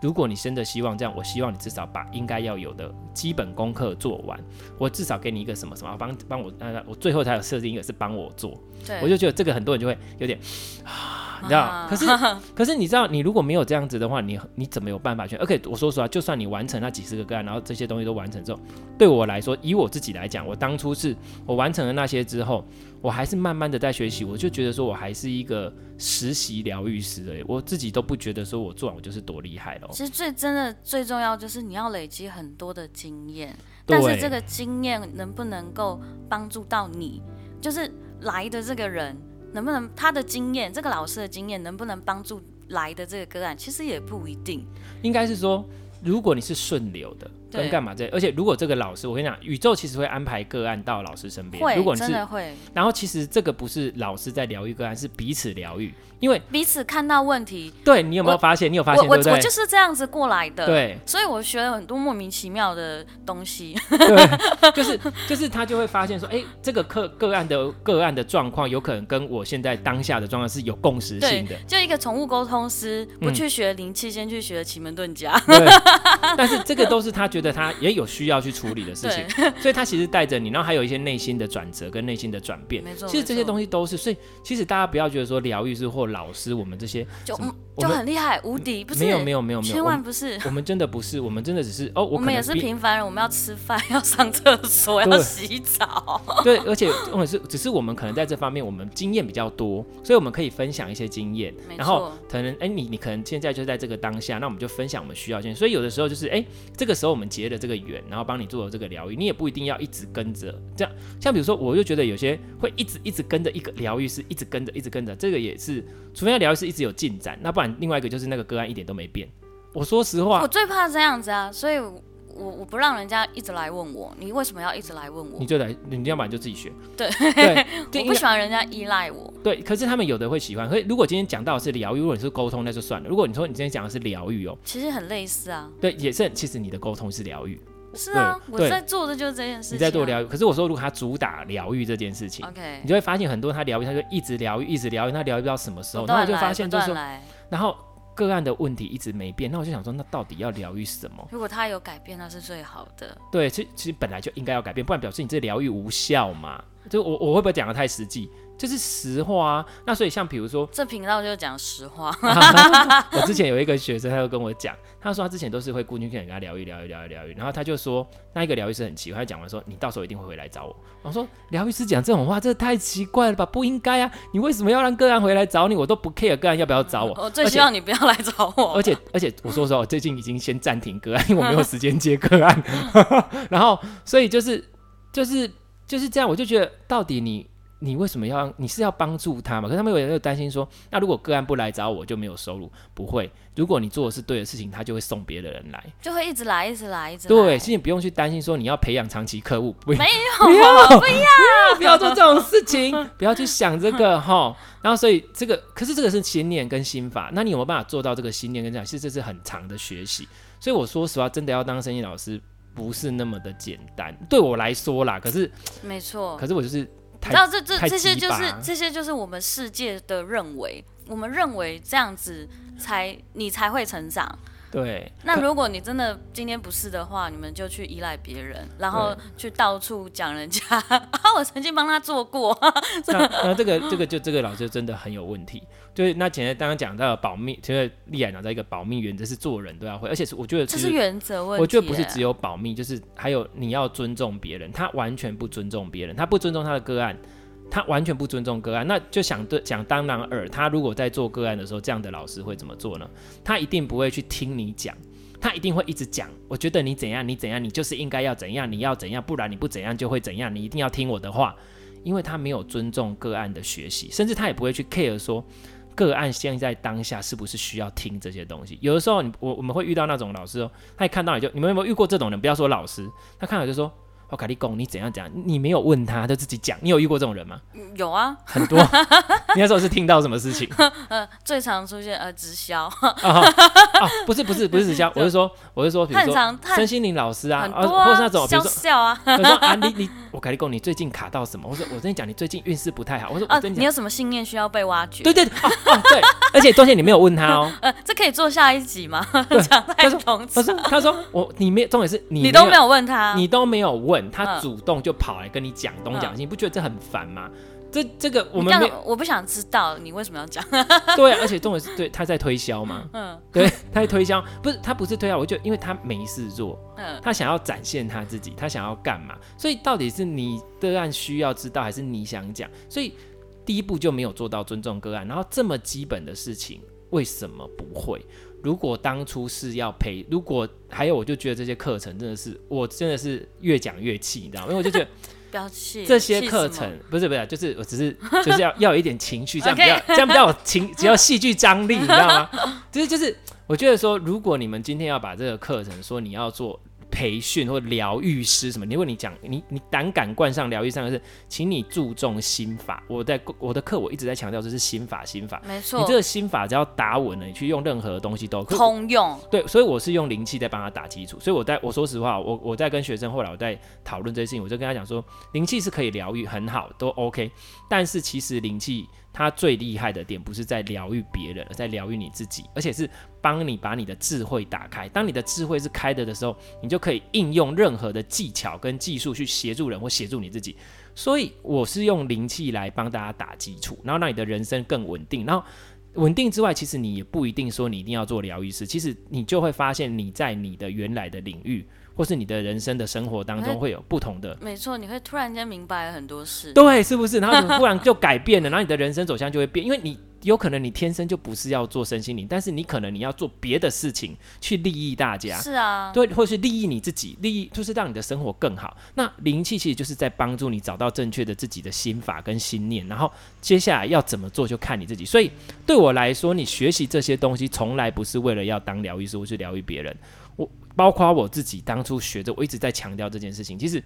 [SPEAKER 1] 如果你真的希望这样，我希望你至少把应该要有的基本功课做完。我至少给你一个什么什么，帮帮我，呃，我最后才有设定一个是帮我做。
[SPEAKER 2] 对，
[SPEAKER 1] 我就觉得这个很多人就会有点 [sighs] 啊，你知道？
[SPEAKER 2] [laughs]
[SPEAKER 1] 可是可是你知道，你如果没有这样子的话，你你怎么有办法去？而且我说实话，就算你完成那几十个个案，然后这些东西都完成之后，对我来说，以我自己来讲，我当初是我完成了那些之后，我还是慢慢的在学习，我就觉得说我还是一个实习疗愈师而已，我自己都不觉得说我做完我就是多厉害了。哦
[SPEAKER 2] 其实最真的最重要就是你要累积很多的经验，但是
[SPEAKER 1] 对
[SPEAKER 2] 这个经验能不能够帮助到你，就是来的这个人能不能他的经验，这个老师的经验能不能帮助来的这个个案，其实也不一定。
[SPEAKER 1] 应该是说，如果你是顺流的，
[SPEAKER 2] 对
[SPEAKER 1] 跟干嘛这，而且如果这个老师，我跟你讲，宇宙其实会安排个案到老师身边。
[SPEAKER 2] 会
[SPEAKER 1] 如果，你
[SPEAKER 2] 真
[SPEAKER 1] 是
[SPEAKER 2] 的会
[SPEAKER 1] 然后其实这个不是老师在疗愈个案，是彼此疗愈。因为
[SPEAKER 2] 彼此看到问题，
[SPEAKER 1] 对你有没有发现？你有发
[SPEAKER 2] 我
[SPEAKER 1] 现
[SPEAKER 2] 我
[SPEAKER 1] 对不对
[SPEAKER 2] 我？就是这样子过来的。。
[SPEAKER 1] 对
[SPEAKER 2] 所以我学了很多莫名其妙的东西， [laughs]
[SPEAKER 1] 对， [laughs] 就是就是他就会发现说，哎，这个个个案的个案的状况，有可能跟我现在当下的状况是有共识性的。
[SPEAKER 2] 就一个宠物沟通师，不
[SPEAKER 1] 嗯
[SPEAKER 2] 去学灵气，先去学奇门遁甲。
[SPEAKER 1] 对， [laughs] 但是这个都是他觉得他也有需要去处理的事情， [laughs] 所以他其实带着你，然后还有一些内心的转折跟内心的转变
[SPEAKER 2] 没，错
[SPEAKER 1] 其实这些
[SPEAKER 2] 没错
[SPEAKER 1] 东西都是，所以其实大家不要觉得说疗愈师或老师，我们这些
[SPEAKER 2] 就
[SPEAKER 1] 什么
[SPEAKER 2] 嗯，
[SPEAKER 1] 我
[SPEAKER 2] 就
[SPEAKER 1] 们
[SPEAKER 2] 很厉害，无敌，不是？
[SPEAKER 1] 没有没有没有没有，
[SPEAKER 2] 千
[SPEAKER 1] 我
[SPEAKER 2] 万
[SPEAKER 1] 们
[SPEAKER 2] 不是。 [laughs]
[SPEAKER 1] 我们真的不是，我们真的只是哦，我
[SPEAKER 2] 我
[SPEAKER 1] 可
[SPEAKER 2] 们
[SPEAKER 1] 能
[SPEAKER 2] 也是
[SPEAKER 1] 比
[SPEAKER 2] 平凡人，我们要吃饭，要上厕所，要
[SPEAKER 1] 对
[SPEAKER 2] 洗澡。
[SPEAKER 1] 对，而且重点是，只是我们可能在这方面我们经验比较多，所以我们可以分享一些经验
[SPEAKER 2] 没错，
[SPEAKER 1] 然后可能哎，你你可能现在就在这个当下，那我们就分享我们需要的经验。所以有的时候就是哎，这个时候我们结了这个缘，然后帮你做了这个疗愈，你也不一定要一直跟着这样。像比如说，我就觉得有些会一直一直跟着一个疗愈师，一直跟着一直跟着，这个也是，除非那疗愈师一直有进展，那不然另外一个就是那个个案一点都没变。我说实
[SPEAKER 2] 我
[SPEAKER 1] 话，
[SPEAKER 2] 最怕这样子啊，所以我我不让人家一直来问我，你为什么要一直来问我
[SPEAKER 1] 你？就来，你要不然就自己学。
[SPEAKER 2] 对 [laughs]
[SPEAKER 1] 对，就
[SPEAKER 2] 我
[SPEAKER 1] 应
[SPEAKER 2] 不
[SPEAKER 1] 该
[SPEAKER 2] 喜欢人家依赖我。
[SPEAKER 1] 对，可是他们有的会喜欢。可是如果今天讲到的是疗愈，如果你是沟通，那就算了。如果你说你今天讲的是疗愈哦，
[SPEAKER 2] 其实很类似啊，
[SPEAKER 1] 对，也是其实你的沟通是疗愈，
[SPEAKER 2] 是啊，
[SPEAKER 1] 对
[SPEAKER 2] 我
[SPEAKER 1] 对
[SPEAKER 2] 在做的就是这件事
[SPEAKER 1] 你
[SPEAKER 2] 情、啊。哦
[SPEAKER 1] 在做疗愈。可是我说，如果他主打疗愈这件事情，
[SPEAKER 2] OK，
[SPEAKER 1] 你就会发现很多他疗愈，他就一直疗愈，一直疗愈，那疗愈不到什么时候，
[SPEAKER 2] 不
[SPEAKER 1] 然后我
[SPEAKER 2] 断
[SPEAKER 1] 就
[SPEAKER 2] 来，
[SPEAKER 1] 发现
[SPEAKER 2] 不
[SPEAKER 1] 就是
[SPEAKER 2] 断
[SPEAKER 1] 说，
[SPEAKER 2] 来。
[SPEAKER 1] 然后个案的问题一直没变，那我就想说，那到底要疗愈什么？
[SPEAKER 2] 如果他有改变，那是最好的。
[SPEAKER 1] 对，其其实本来就应该要改变，不然表示你这疗愈无效嘛。就我我会不会讲的太实际？就是实话啊。那所以像比如说，
[SPEAKER 2] 这频道就是讲实话， [laughs]
[SPEAKER 1] 我之前有一个学生，他就跟我讲，他说他之前都是会固定去跟人家聊一聊一聊一聊一，然后他就说那一个疗愈师很奇怪，他讲完说你到时候一定会回来找我。我说疗愈师讲这种话，这太奇怪了吧？不应该啊！你为什么要让个案回来找你？我都不 care 个案要不要找我。
[SPEAKER 2] [laughs] 我最希望你不要来找我
[SPEAKER 1] 而。且而且，我说实话，我最近已经先暂停个案，因为我没有时间接个案。 [laughs] 然后，所以就是就是就是这样，我就觉得到底你你为什么要你是要帮助他嘛？可是他们有人又担心说，那如果个案不来找我就没有收入，不会。如果你做的是对的事情，他就会送别的人来。
[SPEAKER 2] 就会一直来，一直来，一直来。
[SPEAKER 1] 对，其实你不用去担心说你要培养长期客户，不用
[SPEAKER 2] 没
[SPEAKER 1] [laughs] 不
[SPEAKER 2] 有，
[SPEAKER 1] 要不要不要做这种事情，不要去想这个哈。然后所以这个，可是这个是心念跟心法，那你有没有办法做到这个心念跟心法？其实这是很长的学习。所以我说实话，真的要当声音老师不是那么的简单，对我来说啦。可是
[SPEAKER 2] 没错。
[SPEAKER 1] 可是我就是
[SPEAKER 2] 你
[SPEAKER 1] 太
[SPEAKER 2] 知道这这
[SPEAKER 1] 太
[SPEAKER 2] 这些
[SPEAKER 1] 鸡
[SPEAKER 2] 就
[SPEAKER 1] 巴
[SPEAKER 2] 是这些就是我们世界的认为，我们认为这样子才你才会成长。
[SPEAKER 1] [laughs] 对，
[SPEAKER 2] 那如果你真的今天不是的话，你们就去依赖别人，然后去到处讲人家 [laughs] 啊，我曾经帮他做过，
[SPEAKER 1] 那那这个这个就这个老师真的很有问题。就是那前面刚刚讲到的保密，其实丽雅讲到一个保密原则是做人都要会，而且是我觉得
[SPEAKER 2] 这
[SPEAKER 1] 其实
[SPEAKER 2] 是原则问题耶。
[SPEAKER 1] 我觉得不是只有保密，就是还有你要尊重别人。他完全不尊重别人，他不尊重他的个案，他完全不尊重个案，那就想对想当然尔，他如果在做个案的时候，这样的老师会怎么做呢？他一定不会去听你讲。他一定会一直讲，我觉得你怎样，你怎样，你就是应该要怎样，你要怎样，不然你不怎样就会怎样，你一定要听我的话，因为他没有尊重个案的学习，甚至他也不会去 care 说个案现在当下是不是需要听这些东西。有的时候你我我们会遇到那种老师哦，他一看到你就，你们有没有遇过这种人？不要说老师，他看到你就说，我跟你讲，你怎样怎样，你没有问他，他就自己讲。你有遇过这种人
[SPEAKER 2] [laughs]
[SPEAKER 1] 吗？
[SPEAKER 2] 有啊，
[SPEAKER 1] 很多。你那时候是听到什么事情？
[SPEAKER 2] 呃，最常出现呃直销，
[SPEAKER 1] 啊、啊不是不是不是直销，我是说我是说，比如
[SPEAKER 2] 很
[SPEAKER 1] 说
[SPEAKER 2] 常他
[SPEAKER 1] 身心灵老师啊，
[SPEAKER 2] [laughs] 很
[SPEAKER 1] 啊
[SPEAKER 2] 多
[SPEAKER 1] 或
[SPEAKER 2] 啊
[SPEAKER 1] 是那种，比
[SPEAKER 2] 笑
[SPEAKER 1] 如说
[SPEAKER 2] 笑啊
[SPEAKER 1] 我说啊，你你，我跟你讲，你最近卡到什么？我说我跟你讲，你最近运势不太好。我说
[SPEAKER 2] 啊，
[SPEAKER 1] 我跟你
[SPEAKER 2] 你
[SPEAKER 1] 讲，
[SPEAKER 2] 有什么信念需要被挖掘？
[SPEAKER 1] 对对对啊啊对， [laughs] 而且东西你没有问他
[SPEAKER 2] [laughs]
[SPEAKER 1] 哦。
[SPEAKER 2] 呃，这可以做下一集吗？ [laughs] 讲太同
[SPEAKER 1] 他
[SPEAKER 2] 词，
[SPEAKER 1] 说他说我你没重点是你
[SPEAKER 2] 你都没
[SPEAKER 1] 有
[SPEAKER 2] 有问他，
[SPEAKER 1] 你都没有问，他
[SPEAKER 2] 啊嗯
[SPEAKER 1] 主动就跑来跟你讲东讲西，你不觉得这很烦吗？这这个我
[SPEAKER 2] 你
[SPEAKER 1] 们
[SPEAKER 2] 干
[SPEAKER 1] 没
[SPEAKER 2] 嘛我不想知道你为什么要讲。
[SPEAKER 1] 对啊，而且重点是对他在推销
[SPEAKER 2] [laughs]
[SPEAKER 1] 嘛，
[SPEAKER 2] 嗯
[SPEAKER 1] 对他在推销，不是他不是推销，我就因为他没事做，
[SPEAKER 2] 嗯，
[SPEAKER 1] 他想要展现他自己，他想要干嘛？所以到底是你个案需要知道，还是你想讲？所以第一步就没有做到尊重个案，然后这么基本的事情，为什么不会？如果当初是要陪，如果还有，我就觉得这些课程真的是，我真的是越讲越气，你知道吗？因为我就觉得
[SPEAKER 2] 不要气
[SPEAKER 1] 这些课。
[SPEAKER 2] 气死我
[SPEAKER 1] 程不是不是，就是我只是 [laughs] 就是要要有一点情绪，这样比
[SPEAKER 2] OK
[SPEAKER 1] 较这样比较有
[SPEAKER 2] [laughs]
[SPEAKER 1] 情，比较有戏剧张力，你知道吗？ [laughs] 就是就是，我觉得说，如果你们今天要把这个课程说你要做培训或疗愈师什么，如果你讲你你胆敢冠上疗愈三个字，请你注重心法。我在我的课我一直在强调，这是心法心法。
[SPEAKER 2] 没
[SPEAKER 1] 你
[SPEAKER 2] 错
[SPEAKER 1] 这，个心法只要打稳了，你去用任何东西都可以。
[SPEAKER 2] 通用。
[SPEAKER 1] 对，所以我是用灵气在帮他打基础。所以我在我说实话，我我在跟学生后来我在讨论这些事情，我就跟他讲说，灵气是可以疗愈，很好，都 OK。但是其实灵气它最厉害的点不是在疗愈别人，而在疗愈你自己，而且是帮你把你的智慧打开。当你的智慧是开的的时候，你就可以应用任何的技巧跟技术去协助人或协助你自己。所以我是用灵气来帮大家打基础，然后让你的人生更稳定，然后。稳定之外，其实你也不一定说你一定要做疗愈师，其实你就会发现你在你的原来的领域，或是你的人生的生活当中
[SPEAKER 2] 哎
[SPEAKER 1] 会有不同的，
[SPEAKER 2] 没错，你会突然间明白很多事。
[SPEAKER 1] 对，是不是？然后你忽然就改变了，然后你的人生走向就会变，因为你有可能你天生就不是要做身心灵，但是你可能你要做别的事情去利益大家，
[SPEAKER 2] 是啊，
[SPEAKER 1] 对，或是利益你自己，利益就是让你的生活更好。那灵气其实就是在帮助你找到正确的自己的心法跟心念，然后接下来要怎么做就看你自己。所以对我来说，你学习这些东西从来不是为了要当疗愈师或是疗愈别人。我包括我自己当初学着，我一直在强调这件事情。其实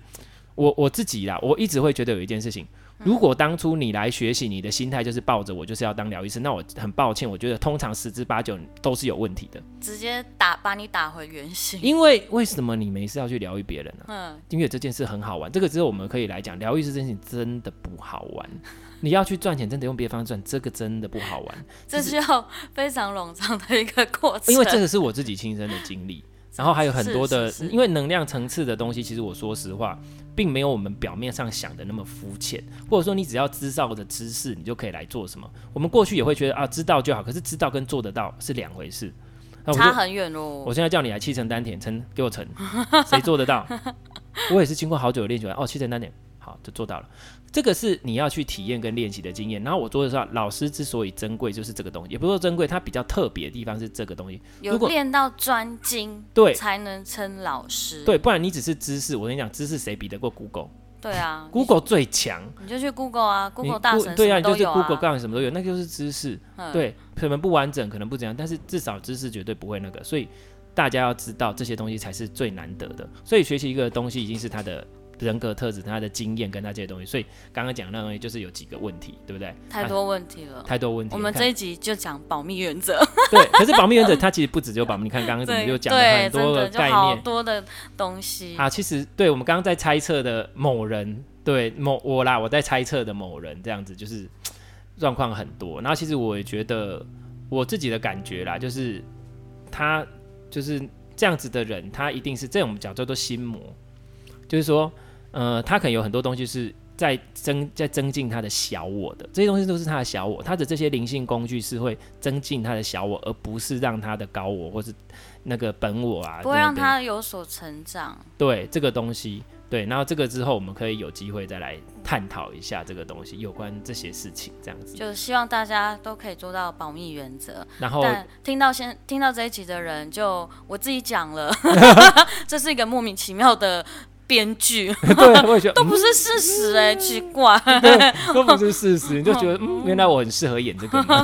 [SPEAKER 1] 我我自己啦，我一直会觉得有一件事情。如果当初你来学习，你的心态就是抱着我就是要当疗愈师，那我很抱歉，我觉得通常十之八九都是有问题的。
[SPEAKER 2] 直接打把你打回原形。
[SPEAKER 1] 因为为什么你没事要去疗愈别人呢、啊
[SPEAKER 2] 嗯，
[SPEAKER 1] 因为这件事很好玩，这个之后我们可以来讲。疗愈师这件事情真的不好玩，你要去赚钱，真的用别的方式赚，这个真的不好
[SPEAKER 2] [laughs]
[SPEAKER 1] 玩。
[SPEAKER 2] 这需要非常冗长的一个过程。
[SPEAKER 1] 因为这个是我自己亲身的经
[SPEAKER 2] [laughs]
[SPEAKER 1] 历，然后还有很多的
[SPEAKER 2] 是是，是
[SPEAKER 1] 因为能量层次的东西，其实我说实话，并没有我们表面上想的那么肤浅，或者说你只要知道的知识，你就可以来做什么。我们过去也会觉得啊，知道就好，可是知道跟做得到是两回事。那我就
[SPEAKER 2] 差很远哦
[SPEAKER 1] 我。现在叫你来七成丹田，成给我成，谁做得
[SPEAKER 2] [laughs]
[SPEAKER 1] 到？我也是经过好久的练习完，哦，七成丹田，好就做到了。这个是你要去体验跟练习的经验。然后我做的是，啊老师之所以珍贵，就是这个东西，也不是说珍贵，它比较特别的地方是这个东西。
[SPEAKER 2] 有
[SPEAKER 1] 如果
[SPEAKER 2] 练到专精，
[SPEAKER 1] 对
[SPEAKER 2] 才能称老师。
[SPEAKER 1] 对，不然你只是知识，我跟你讲，知识谁比得过 Google？Google
[SPEAKER 2] 对啊
[SPEAKER 1] 最强，
[SPEAKER 2] 你就去 Google 啊
[SPEAKER 1] 你
[SPEAKER 2] ，Google 大神
[SPEAKER 1] 对
[SPEAKER 2] 什
[SPEAKER 1] 啊，
[SPEAKER 2] 么
[SPEAKER 1] 你就
[SPEAKER 2] 都
[SPEAKER 1] 是
[SPEAKER 2] 有
[SPEAKER 1] Google
[SPEAKER 2] 啊。
[SPEAKER 1] 杠什么都有，那个就是知识。
[SPEAKER 2] 嗯，
[SPEAKER 1] 对，可能不完整，可能不怎样，但是至少知识绝对不会那个，所以大家要知道这些东西才是最难得的。所以学习一个东西已经是他的人格特质、他的经验跟他这些东西。所以刚刚讲的那东西就是有几个问题，对不对？
[SPEAKER 2] 太多问题了。
[SPEAKER 1] 太多问题了。
[SPEAKER 2] 我们
[SPEAKER 1] 哎看
[SPEAKER 2] 这一集就讲保密原则，
[SPEAKER 1] 对，可是保密原则它其实不只只有保密，你看刚刚怎么
[SPEAKER 2] 对
[SPEAKER 1] 就讲了
[SPEAKER 2] 对，
[SPEAKER 1] 很
[SPEAKER 2] 真
[SPEAKER 1] 多
[SPEAKER 2] 的就
[SPEAKER 1] 概
[SPEAKER 2] 好
[SPEAKER 1] 念
[SPEAKER 2] 多的东西。
[SPEAKER 1] 啊。其实对我们刚刚在猜测的某人，对某我啦，我在猜测的某人这样子，就是状况很多。然后其实我也觉得我自己的感觉啦，就是他就是这样子的人，他一定是这种我们讲叫做心魔，就是说，呃，他可能有很多东西是在增在增进他的小我的，这些东西都是他的小我，他的这些灵性工具是会增进他的小我，而不是让他的高我或是那个本我啊，
[SPEAKER 2] 不会
[SPEAKER 1] 在那
[SPEAKER 2] 让
[SPEAKER 1] 边
[SPEAKER 2] 他有所成长。
[SPEAKER 1] 对这个东西，对，然后这个之后我们可以有机会再来探讨一下这个东西有关这些事情，这样子。
[SPEAKER 2] 就希望大家都可以做到保密原则。
[SPEAKER 1] 然后
[SPEAKER 2] 但听到先听到这一集的人，就我自己讲
[SPEAKER 1] [laughs]
[SPEAKER 2] 了，这是一个莫名其妙的编剧，
[SPEAKER 1] [laughs] 对，我也觉得
[SPEAKER 2] 都不是事实哎、奇怪， [laughs]
[SPEAKER 1] 嗯都不是事实，你就觉得嗯，原来我很适合演这个 [laughs] 嘛。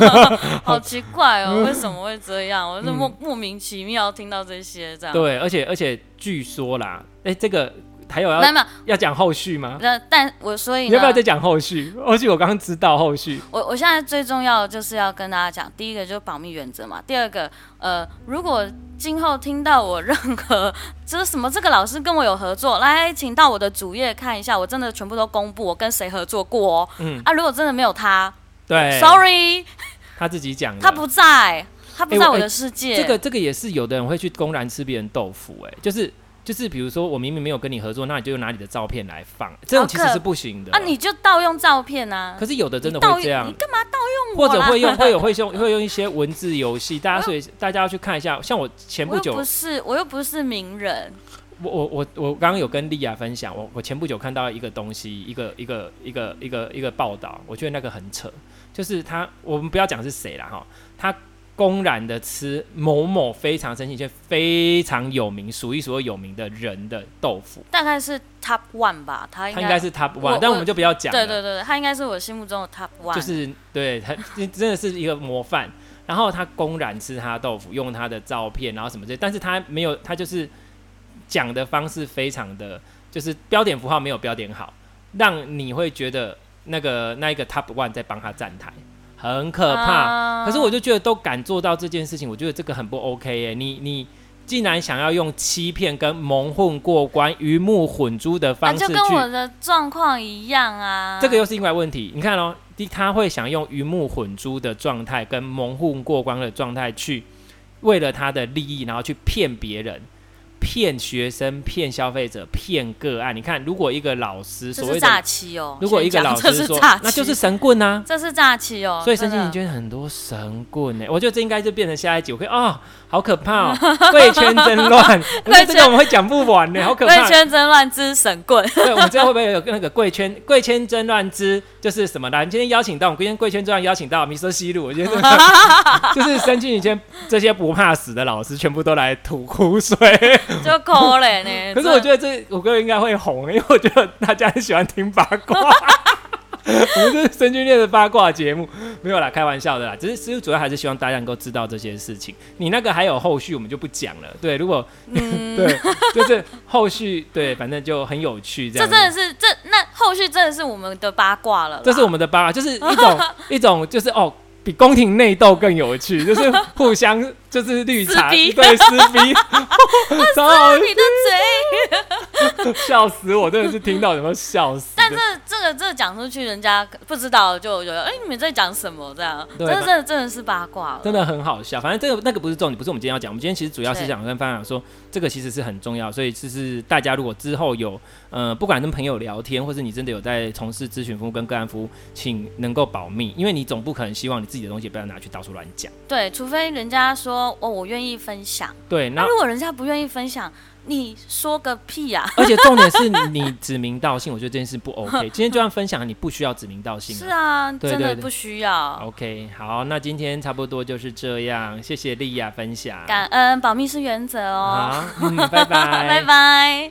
[SPEAKER 2] 好奇怪
[SPEAKER 1] 嗯
[SPEAKER 2] 哦，为什么会这样？我是莫莫名其妙听到这些这样。
[SPEAKER 1] 对，而且而且据说啦，哎，这个还有
[SPEAKER 2] 那
[SPEAKER 1] 要
[SPEAKER 2] 没有，
[SPEAKER 1] 要讲后续吗？
[SPEAKER 2] 那但我所以
[SPEAKER 1] 你要不要
[SPEAKER 2] 呢
[SPEAKER 1] 再，讲后续？后续我刚刚知道后续，
[SPEAKER 2] 我我现在最重要的就是要跟大家讲，第一个就是保密原则嘛，第二个呃，如果今后听到我任何这是什么这个老师跟我有合作，来请到我的主页看一下，我真的全部都公布我跟谁合作过哦。
[SPEAKER 1] 嗯哎
[SPEAKER 2] 啊，如果真的没有他
[SPEAKER 1] 对
[SPEAKER 2] ，sorry，
[SPEAKER 1] 他自己讲的，
[SPEAKER 2] 他不在，他不
[SPEAKER 1] 哎
[SPEAKER 2] 在
[SPEAKER 1] 我
[SPEAKER 2] 我
[SPEAKER 1] 哎
[SPEAKER 2] 的世界。
[SPEAKER 1] 这个这个也是有的人会去公然吃别人豆腐、哎，就是就是比如说我明明没有跟你合作，那你就拿你的照片来放，这种其实是不行的
[SPEAKER 2] 啊，你就盗用照片啊，
[SPEAKER 1] 可是有的真的
[SPEAKER 2] 你盗
[SPEAKER 1] 会
[SPEAKER 2] 用
[SPEAKER 1] 这样
[SPEAKER 2] 你，干嘛盗用我
[SPEAKER 1] 或
[SPEAKER 2] 啦？
[SPEAKER 1] 者会
[SPEAKER 2] [laughs]
[SPEAKER 1] 用会有会用会用一些文字游戏，大家所以大家要去看一下。像我前
[SPEAKER 2] 我
[SPEAKER 1] 不
[SPEAKER 2] 又
[SPEAKER 1] 久，
[SPEAKER 2] 不是，我又不是名人，
[SPEAKER 1] 我我我我刚刚有跟莉亚分享，我我前不久看到一个东西，一个一个一个一个一个报道，我觉得那个很扯，就是他我们不要讲是谁啦哈，他公然的吃某某非常生气却非常有名、数一数二有名的人的豆腐，
[SPEAKER 2] 大概是 top one 吧，他应
[SPEAKER 1] 他
[SPEAKER 2] 该
[SPEAKER 1] 应该是 top
[SPEAKER 2] 哎我
[SPEAKER 1] one，但我们就不要讲了，
[SPEAKER 2] 对对对，他应该是我心目中的 top one。
[SPEAKER 1] 就是对他真的是一个模范。然后他公然吃他豆腐，用他的照片，然后什么之类，但是他没有，他就是讲的方式非常的，就是标点符号没有标点好，让你会觉得那个那一个 top one 在帮他站台，很可怕。
[SPEAKER 2] 啊
[SPEAKER 1] 可是我就觉得都敢做到这件事情，我觉得这个很不 OK 耶、你你既然想要用欺骗跟蒙混过关、鱼目混珠的
[SPEAKER 2] 啊，
[SPEAKER 1] 方式
[SPEAKER 2] 就
[SPEAKER 1] 去
[SPEAKER 2] 跟我的状况一样啊。
[SPEAKER 1] 这个又是另外问题。你看哦，第他会想用鱼目混珠的状态跟蒙混过关的状态去，为了他的利益，然后去骗别人、骗学生、骗消费者、骗个案。你看，如果一个老师
[SPEAKER 2] 这
[SPEAKER 1] 所谓
[SPEAKER 2] 是诈
[SPEAKER 1] 的，
[SPEAKER 2] 欺哦。
[SPEAKER 1] 如果一个
[SPEAKER 2] 先讲
[SPEAKER 1] 老
[SPEAKER 2] 这
[SPEAKER 1] 师
[SPEAKER 2] 是
[SPEAKER 1] 说
[SPEAKER 2] 诈欺，，
[SPEAKER 1] 那就是神棍啊。
[SPEAKER 2] 这是诈欺哦。
[SPEAKER 1] 所以身心
[SPEAKER 2] 真的
[SPEAKER 1] 灵圈很多神棍呢、我觉得这应该就变成下一集我会
[SPEAKER 2] [laughs]
[SPEAKER 1] 哦，好可怕哦，贵圈真乱，我觉得这个我们会讲不完呢、好可怕
[SPEAKER 2] 贵。圈真乱之神棍， [laughs]
[SPEAKER 1] [laughs] 对，我们知道会不会有那个贵圈贵圈争乱之，就是什么呢？你今天邀请到我们今天贵圈争乱邀请到米色西路，我觉得这
[SPEAKER 2] [laughs]
[SPEAKER 1] 个就是申请以前这些不怕死的老师全部都来吐苦水。
[SPEAKER 2] 就可怜
[SPEAKER 1] [laughs]
[SPEAKER 2] 呢。
[SPEAKER 1] 可是我
[SPEAKER 2] 真
[SPEAKER 1] 觉得这我歌应该会红，因为我觉得大家很喜欢听八卦。我们是神经链的八卦节目，没有啦，开玩笑的啦。只是其实主要还是希望大家能够知道这些事情。你那个还有后续，我们就不讲了。对，如果、
[SPEAKER 2] 嗯
[SPEAKER 1] 对，就是后续对，反正就很有趣这
[SPEAKER 2] 这
[SPEAKER 1] 样子。
[SPEAKER 2] 真的是这那后续真的是我们的八卦了啦。
[SPEAKER 1] 这是我们的八卦，就是一
[SPEAKER 2] [laughs]
[SPEAKER 1] 种一种就是哦，比宫廷内斗更有趣，就是互相就是绿茶
[SPEAKER 2] 撕逼
[SPEAKER 1] 对撕逼， [laughs] 超好
[SPEAKER 2] 你的嘴，
[SPEAKER 1] 笑死我，真的是听到有没有笑死？
[SPEAKER 2] 但这这个这个讲出去，人家不知道就有哎，你们在讲什么这样？
[SPEAKER 1] 对
[SPEAKER 2] 这真的真的是八卦了，
[SPEAKER 1] 真的很好笑，反正这个那个不是重点，不是我们今天要讲。我们今天其实主要是想跟分享说，这个其实是很重要，所以就是大家如果之后有呃，不管跟朋友聊天，或是你真的有在从事咨询服务跟个案服务，请能够保密，因为你总不可能希望你自己的东西不要拿去到处乱讲。
[SPEAKER 2] 对，除非人家说哦，我愿意分享。
[SPEAKER 1] 对，
[SPEAKER 2] 那、
[SPEAKER 1] 那
[SPEAKER 2] 如果人家不愿意分享，你说个屁啊呀、
[SPEAKER 1] [laughs] 而且重点是你指名道姓，我觉得这件事不 OK。今天就算分享，你不需要指名道姓、
[SPEAKER 2] [laughs] 是啊，
[SPEAKER 1] 对
[SPEAKER 2] 真
[SPEAKER 1] 对
[SPEAKER 2] 的
[SPEAKER 1] 对
[SPEAKER 2] 不需要。
[SPEAKER 1] OK，好，那今天差不多就是这样，谢谢莉亚分享。
[SPEAKER 2] 感恩保密是原则哦。
[SPEAKER 1] 好，嗯，拜拜，
[SPEAKER 2] [laughs] 拜拜。